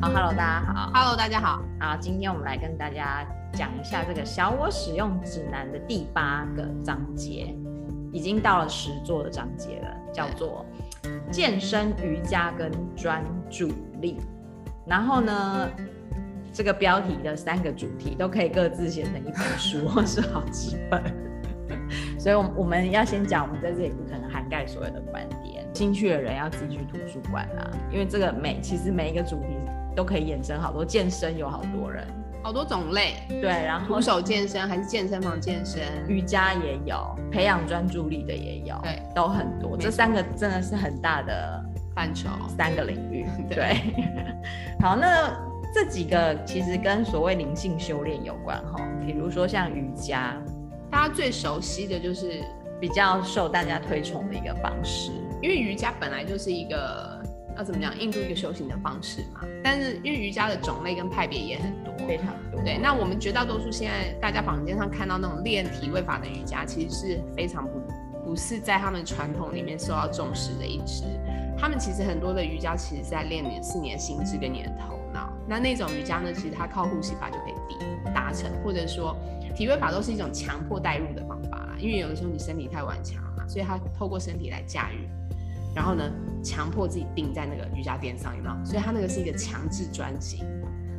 好，Hello，大家好。 Hello，大家好。啊，今天我们来跟大家讲一下这个小我使用指南的第八个章节，已经到了十座的章节了，叫做健身、瑜伽跟专注力。然后呢，这个标题的三个主题都可以各自写成一本书，或是好几本。所以，我我们要先讲，我们在这里不可能涵盖所有的观点。兴趣的人要自己去图书馆啊，因为这个每其实每一个主题都可以衍生好多。健身有好多人，好多种类，对，然后徒手健身还是健身房健身？瑜伽也有，培养专注力的也有，对，都很多。没错这三个真的是很大的范畴。三个领域， 对对。 好，那这几个其实跟所谓灵性修炼有关哈，比如说像瑜伽，大家最熟悉的就是，比较受大家推崇的一个方式。因为瑜伽本来就是一个要怎么讲，印度一个修行的方式嘛。但是因为瑜伽的种类跟派别也很多，非常多，对，那我们绝大多数现在大家坊间上看到那种练体位法的瑜伽，其实是非常不不是在他们传统里面受到重视的一支。他们其实很多的瑜伽，其实在练你是你的心智跟你的头脑。那那种瑜伽呢，其实它靠呼吸法就可以抵达成，或者说体位法都是一种强迫带入的方法啦。因为有的时候你身体太顽强了嘛，所以它透过身体来驾驭，然后呢，强迫自己定在那个瑜伽垫上，你知道吗，所以它那个是一个强制专行。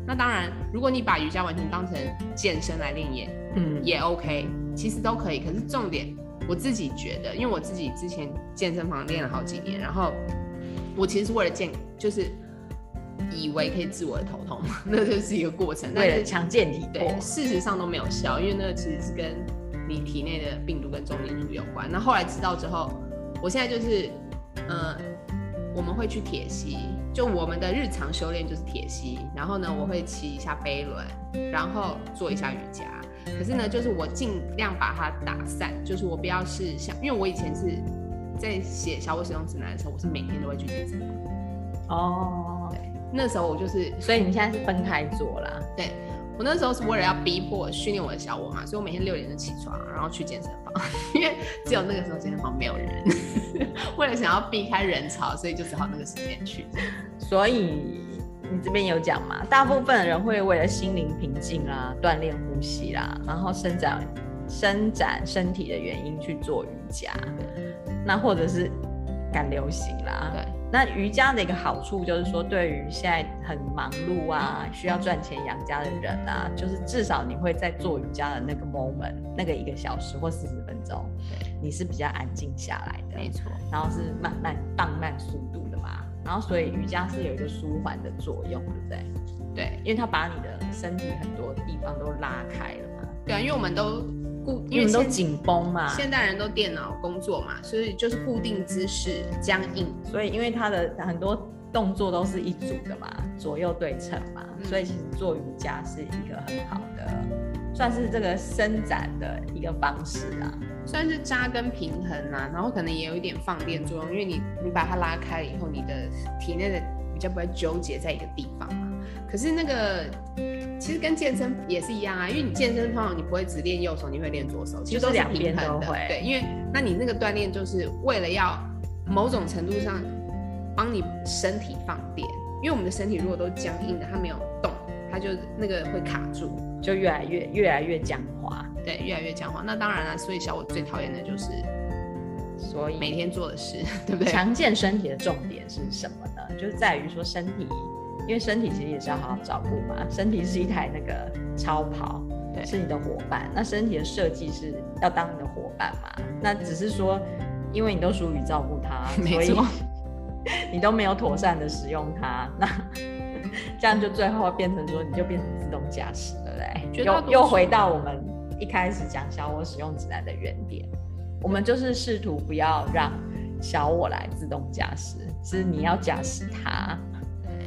那当然，如果你把瑜伽完全当成健身来练也嗯，也 OK，其实都可以。可是重点，我自己觉得，因为我自己之前健身房练了好几年，然后我其实是为了健，就是以为可以治我的头痛嘛， 那就是一个过程。但为了是强健体魄对，，事实上都没有效，因为那个其实是跟你体内的病毒跟中年组有关。那后来知道之后，我现在就是，呃，我们会去铁西，就我们的日常修炼就是铁西，然后呢，我会骑一下飞轮，然后做一下瑜伽。可是呢，就是我尽量把它打散，就是我不要是像，因为我以前是在写小我使用指南的时候，我是每天都会去健身房。哦，那时候我就是所以你现在是分开做啦，我那时候是为了要逼迫训练我的小我嘛，所以我每天六点就起床，然后去健身房， 因为只有那个时候健身房没有人。 为了想要避开人潮，所以就只好那个时间去。所以你这边有讲嘛？大部分人会为了心灵平静啦、锻炼呼吸啦，然后伸展伸展身体的原因去做瑜伽，那或者是赶流行啦。对，那瑜伽的一个好处就是说，对于现在很忙碌啊、需要赚钱养家的人啊，就是至少你会在做瑜伽的那个 moment，那个一个小时或四十分钟，对，你是比较安静下来的。没错，然后是慢慢放慢速度的嘛，然后所以瑜伽是有一个舒缓的作用，对不对？对因为它把你的身体很多地方都拉开了嘛，对啊，因为我们都啊固，因因为为你都现紧绷嘛，现代人都电脑工作嘛，所以就是固定姿势僵硬。所以因为它的很多动作都是一组的嘛，左右对称嘛，嗯所以其实做瑜伽是一个很好的，算是这个伸展的一个方式啊。算是扎根平衡啦、然后可能也有一点放电作用，因为你你把它拉开了以后，你的体内的比较不会纠结在一个地方嘛。可是那个其实跟健身也是一样啊，因为你健身通常你不会只练右手，你会练左手，其实都就是是两边平衡都的会。对，因为那你那个锻炼就是为了要某种程度上帮你身体放电，因为我们的身体如果都僵硬的，它没有动，它就那个会卡住。就越来越越来越僵化，对，越来越僵化。那当然啦、所以小我最讨厌的就是所以每天做 的事，对不对？强健身体的重点是什么呢？就是在于说身体，因为身体其实也是要好好照顾嘛。身体是一台那个超跑，对是你的伙伴。那身体的设计是要当你的伙伴嘛？那只是说，因为你都疏于照顾它，所 没以 错你都没有妥善的使用它，那 这样就最后变成说，你就变成自动驾驶了嘞。绝大多又数又回到我们一开始讲小我使用指南的原点，我们就是试图不要让小我来自动驾驶，是你要驾驶它，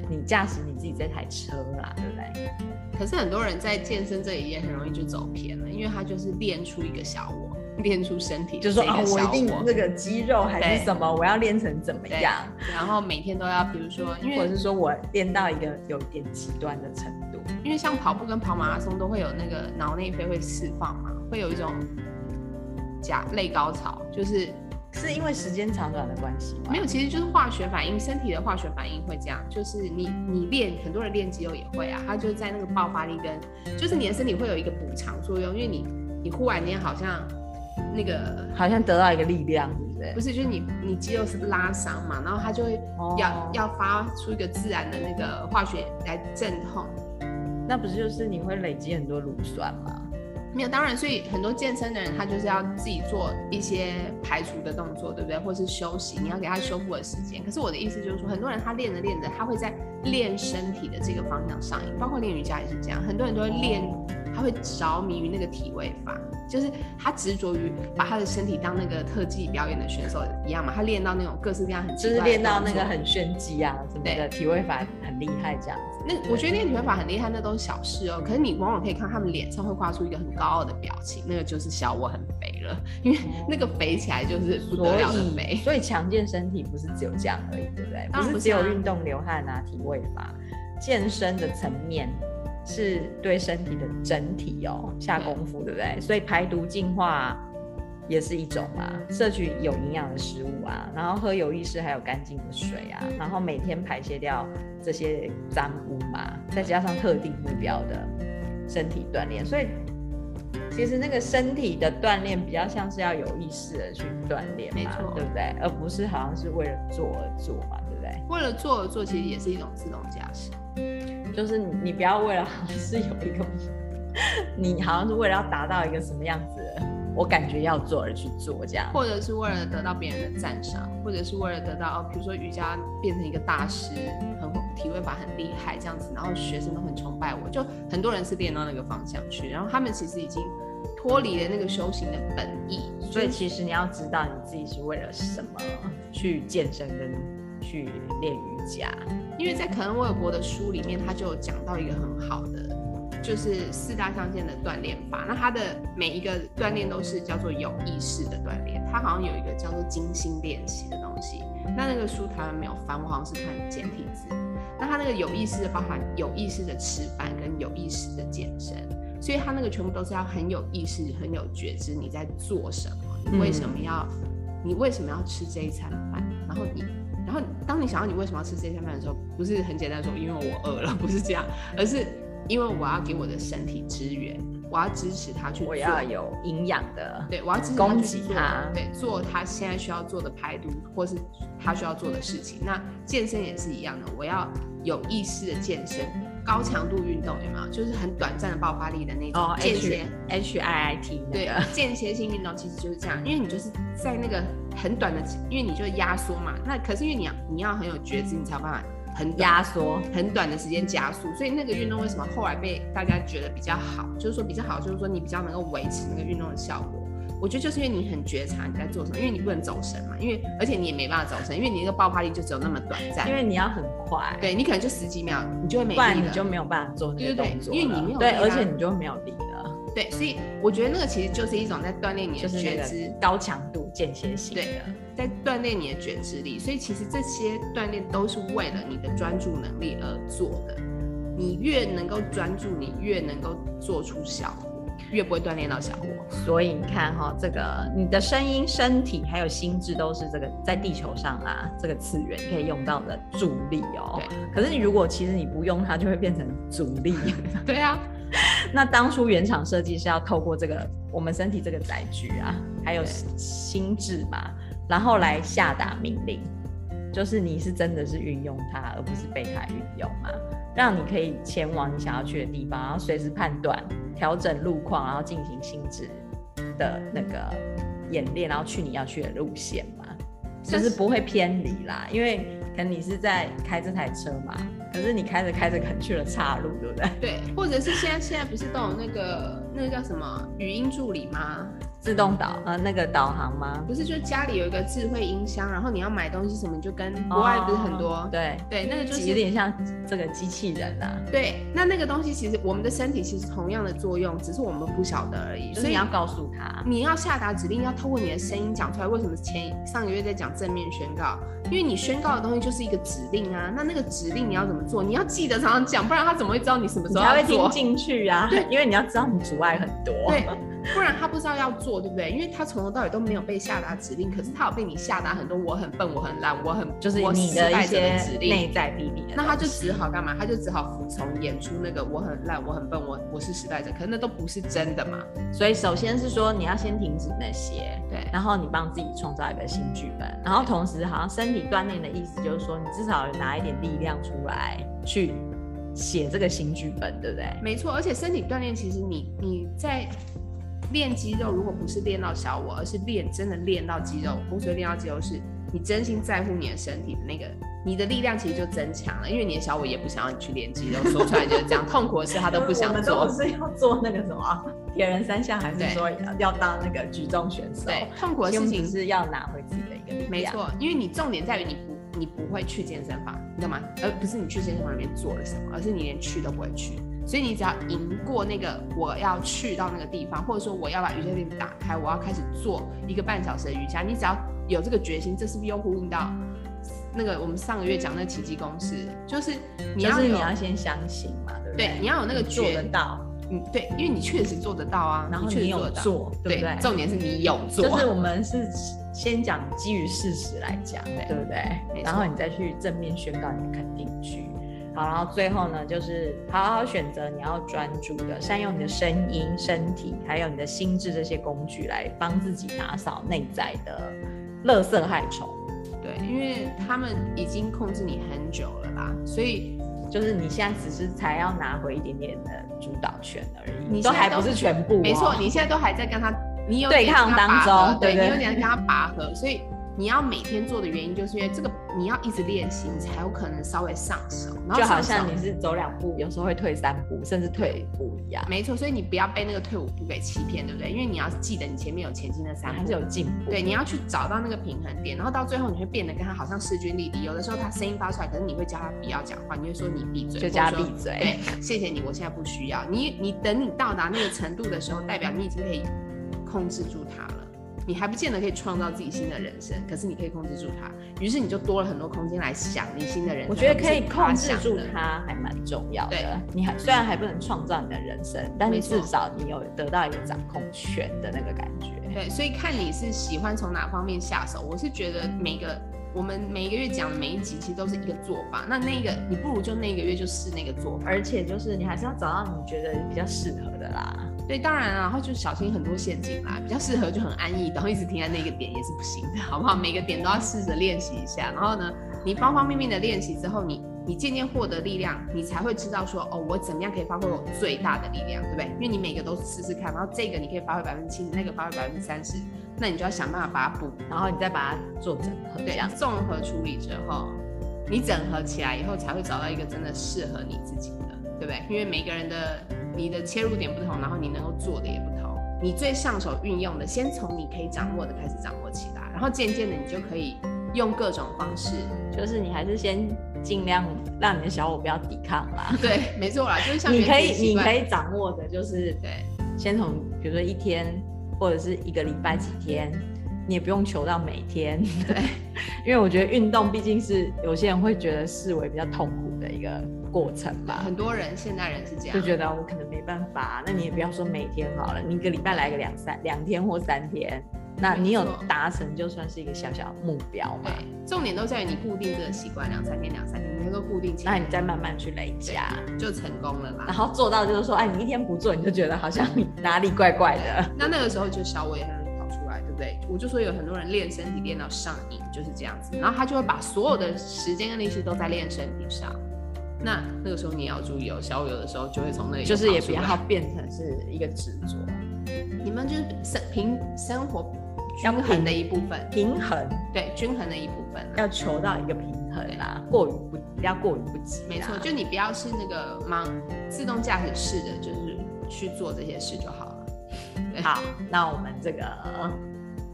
你驾驶你自己这台车啦，对不对？可是很多人在健身这里也很容易就走偏了，因为他就是练出一个小我，练出身 体就是这说个啊，我小一定那个肌肉还是什么，我要练成怎么样，然后每天都要，比如说，因或者为是说我练到一个有点极端的程度，因为像跑步跟跑马拉松都会有那个脑内啡会释放嘛，会有一种假类高潮，就是是因为时间长短的关系吗？没有，其实就是化学反应，身体的化学反应会这样，就是你你练，很多人练肌肉也会啊，它就是在那个爆发力跟，就是你的身体会有一个补偿作用，因为你你忽然间好像那个好像得到一个力量，是不是？不是，就是你你肌肉是拉伤嘛，然后它就会要、嗯哦要发出一个自然的那个化学来镇痛。那不是就是你会累积很多乳酸吗？没有，当然，所以很多健身的人他就是要自己做一些排除的动作，对不对？或是休息，你要给他嗯修复的时间。可是我的意思就是说，很多人他练着练着，他会在练身体的这个方向上瘾，包括练瑜伽也是这样，很多人都会练，哦他会着迷于那个体位法，就是他执着于把他的身体当那个特技表演的选手一样嘛，他练到那种各式各样很就奇是怪的练到那动个作很炫技啊什么的，对哦体位法很厉害这样子。那我觉得练体位法很厉害，那都是小事哦。可是你往往可以看他们脸上会画出一个很高傲的表情，那个就是小我很肥了，因为嗯那个肥起来就是不得了的所以，肥。所以强健身体不是只有这样而已，对不对？当然不不是只是啊有运动、流汗啊、体位法，健身的层面是对身体的整体哦下功夫，对不对？所以排毒净化也是一种啊，摄取有营养的食物啊，然后喝有意识还有干净的水嗯啊，然后每天排泄掉这些脏污嘛，再加上特定目标的身体锻炼，所以其实那个身体的锻炼比较像是要有意识的去锻炼没嘛错，对不对？而不是好像是为了做而做嘛，对不对？为了做而做，其实也是一种自动驾驶。就是你你不要为了好像是有一个，你好像是为了要达到一个什么样子的，我感觉要做而去做这样。或者是为了得到别人的赞赏，或者是为了得到，比如说瑜伽变成一个大师，很体位法很厉害这样子，然后学生都很崇拜我，就很多人是练到那个方向去，然后他们其实已经脱离了那个修行的本意，所以其实你要知道你自己是为了什么去健身跟去练瑜伽。因为在可恩威尔伯的书里面，他就有讲到一个很好的，就是四大象限的锻炼法。那他的每一个锻炼都是叫做有意识的锻炼，他好像有一个叫做精心练习的东西。那那个书台湾没有翻，我好像是看简体字。那他那个有意识的包含有意识的吃饭跟有意识的健身，所以他那个全部都是要很有意识、很有觉知你在做什么，你为什么要，你为什么要吃这一餐饭，然后你然后当你想到你为什么要吃这餐饭的时候，不是很简单地说因为我饿了，不是这样，而是因为我要给我的身体支援，我要支持他去做，我要有营养的，对，我要支持供他给去做他，对，做他现在需要做的排毒或是他需要做的事情。那健身也是一样的，我要有意识的健身，高强度运动有没有？就是很短暂的爆发力的那种哦间，H 歇。 H I I T 那对个，，间歇性运动其实就是这样，因为你就是在那个很短的，因为你就压缩嘛。那可是因为你要你要很有觉知，你才有办法很短压缩，很短的时间加速，所以那个运动为什么后来被大家觉得比较好？就是说比较好，就是说你比较能够维持那个运动的效果。我觉得就是因为你很觉察你在做什么，因为你不能走神嘛，因为而且你也没办法走神，因为你那个爆发力就只有那么短暂因，为你要很快，对你可能就十几秒，你就会没不然力你了。就没有办法做那个对对对动作了，因为你没有对，力啊而且你就没有力了，对，所以我觉得那个其实就是一种在锻炼你就的是那觉知个，高强度间歇性对的，在锻炼你的觉知力，所以其实这些锻炼都是为了你的专注能力而做的。你越能够专注，你越能够做出效果，越不会锻炼到效果。 所以你看哈、这个你的声音、身体还有心智都是这个在地球上啊这个次元可以用到的助力哦。可是你如果其实你不用它，就会变成阻力。对啊， 那当初原厂设计是要透过这个我们身体这个载具啊，还有对心智嘛，然后来下达命令，就是你是真的是运用它，而不是被它运用嘛，让你可以前往你想要去的地方，然后随时判断、调整路况，然后进行心智的那个演练，然后去你要去的路线嘛，就但是是不会偏离啦，因为。可能你是在开这台车嘛，可是你开着开着可能去了岔路，对不对？对，或者是现在现在不是都有那个那个叫什么语音助理吗？自动导呃那个导航吗？不是，就家里有一个智慧音箱，然后你要买东西什么，你就跟国外不是很多、哦对，对，那个就是有点像这个机器人啦、啊，对，那那个东西其实我们的身体其实同样的作用，只是我们不晓得而就已。所是以你要告诉他，你要下达指令，要透过你的声音讲出来。为什么前上个月在讲正面宣告？因为你宣告的东西就是一个指令啊。那那个指令你要怎么做？你要记得常常讲，不然他怎么会知道你什么你时候才要会听做？进去啊。因为你要知道你阻碍很多。对，不然他不知道要做，对不对？因为他从头到尾都没有被下达指令，可是他有被你下达很多我很笨、我很烂、我很就是我你失的一败者些指令。内在逼你的东西。那他就只好干嘛？他就只好服从演出那个我很烂、我很笨、我我是失败者，可是那都不是真的嘛？所以首先是说你要先停止那些，对然后你帮自己创造一个新剧本，然后同时好像身体锻炼的意思就是说你至少有拿一点力量出来去写这个新剧本，对不对？没错，而且身体锻炼，其实你你在练肌肉，如果不是练到小我，而是练真的练到肌肉，我所谓练到肌肉是，你真心在乎你的身体的那个，你的力量其实就增强了，因为你的小我也不想要你去练肌肉，说出来就是这样，痛苦的事他都不我想们 都做不。是要做那个什么铁人三项，还是对说要要当那个举重选手？对，痛苦的其实事我们只情，是要拿回自己的一个力量。没，错，因为你重点在于你不你不会去健身房，你懂吗？而不是你去健身房里面做了什么，而是你连去都不会去。所以你只要赢过那个我要去到那个地方，或者说我要把瑜伽垫打开，我要开始做一个半小时的瑜伽，你只要有这个决心，这是不是又呼应到那个我们上个月讲那个奇迹公式？就是你就要是有你要先相信嘛，对不对你要有那个你做决得到，嗯对，因为你确实做得到啊，然后确你实有得到，做，对不对？重点是你有做，就是我们是先讲基于事实来讲，对对不对？嗯没错然后你再去正面宣告你的肯定句。好，然后最后呢，就是好好选择你要专注的，善用你的声音、身体，还有你的心智这些工具来帮自己打扫内在的垃圾害虫。对，因为他们已经控制你很久了啦，所以就是你现在只是才要拿回一点点的主导权而已，你都现在还不都是全部、哦。没错，你现在都还在跟他，你有对点跟抗他拔当中河对对对你有点跟他拔河，所以你要每天做的原因，就是因为这个你要一直练习，你才有可能稍微上手，然后就好上手像你是走两步，有时候会退三步，甚至退五步一样，没错，所以你不要被那个退五步给欺骗，对不对？因为你要记得你前面有前进的三还步是。有进步。对，你要去找到那个平衡点，然后到最后你会变得跟他好像势均力敌。有的时候他声音发出来，可是你会叫他不要讲话，你会说你闭嘴，就或叫他者说闭嘴对，谢谢你，我现在不需要你。你等你到达那个程度的时候，代表你已经可以控制住他了。你还不见得可以创造自己新的人生，可是你可以控制住他，于是你就多了很多空间来想你新的人生。我觉得可以而不是他控制想住的它还蛮重要对的。你还虽然还不能创造你的人生，但是没错至少你有得到一个掌控权的那个感觉。对，所以看你是喜欢从哪方面下手。我是觉得每个我们每个月讲的每一集其实都是一个做法，那那个你不如就那个月就试那个做法。而且就是你还是要找到你觉得比较适合的啦。对，当然啊，然后就小心很多陷阱啦，比较适合就很安逸，然后一直停在那个点也是不行的，好不好？每个点都要试着练习一下，然后呢，你方方面面的练习之后，你你渐渐获得力量，你才会知道说哦，我怎么样可以发挥我最大的力量，对不对？因为你每个都试试看，然后这个你可以发挥百分之七十，那个发挥百分之三十，那你就要想办法把它补然后你再把它做整合，这对样，综合处理之后，你整合起来以后，才会找到一个真的适合你自己的，对不对？因为每个人的你的切入点不同，然后你能够做的也不同。你最上手运用的，先从你可以掌握的开始掌握起来，然后渐渐的你就可以用各种方式。就是你还是先尽量让你的小我不要抵抗啦。对，没错啦，就是像你可以原子习你惯可以掌握的就是对先从比如说一天或者是一个礼拜几天，你也不用求到每天，嗯对， 因为我觉得运动毕竟是有些人会觉得视为比较痛苦的一个过程对吧，很多人现代人是这样就，觉得我可能没办法，那你也不要说每天好了，你一个礼拜来个两三两天或三天，那你有没错达成就算是一个小小目标嘛，对，重点都在于你固定这个习惯，两三天两三天，你能够固定起那来你，再慢慢去累加。就成功了啦然。后做到就是说，哎，你一天不做，你就觉得好像嗯你哪里怪怪的。那那个时候就小我也很容易跑出来，对不对？我就说有很多人练身体练到上瘾，就是这样子，然后他就会把所有的时间跟力气都在练身体上。那那个时候你也要注意哦，小我有的时候就会从那里就是也跑不出来要变成是一个执着，你们就是生平生活要均衡的平一部分，平衡对，均衡的一部分啊、要求到一个平衡啦，过于不不要过于不及啦，没错，就你不要是那个盲自动驾驶式的，就是去做这些事就好了。对好。那我们这个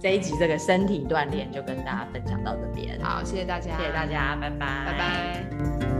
这一集这个身体锻炼就跟大家分享到这边，好，谢谢大家，谢谢大，家，拜拜，拜拜。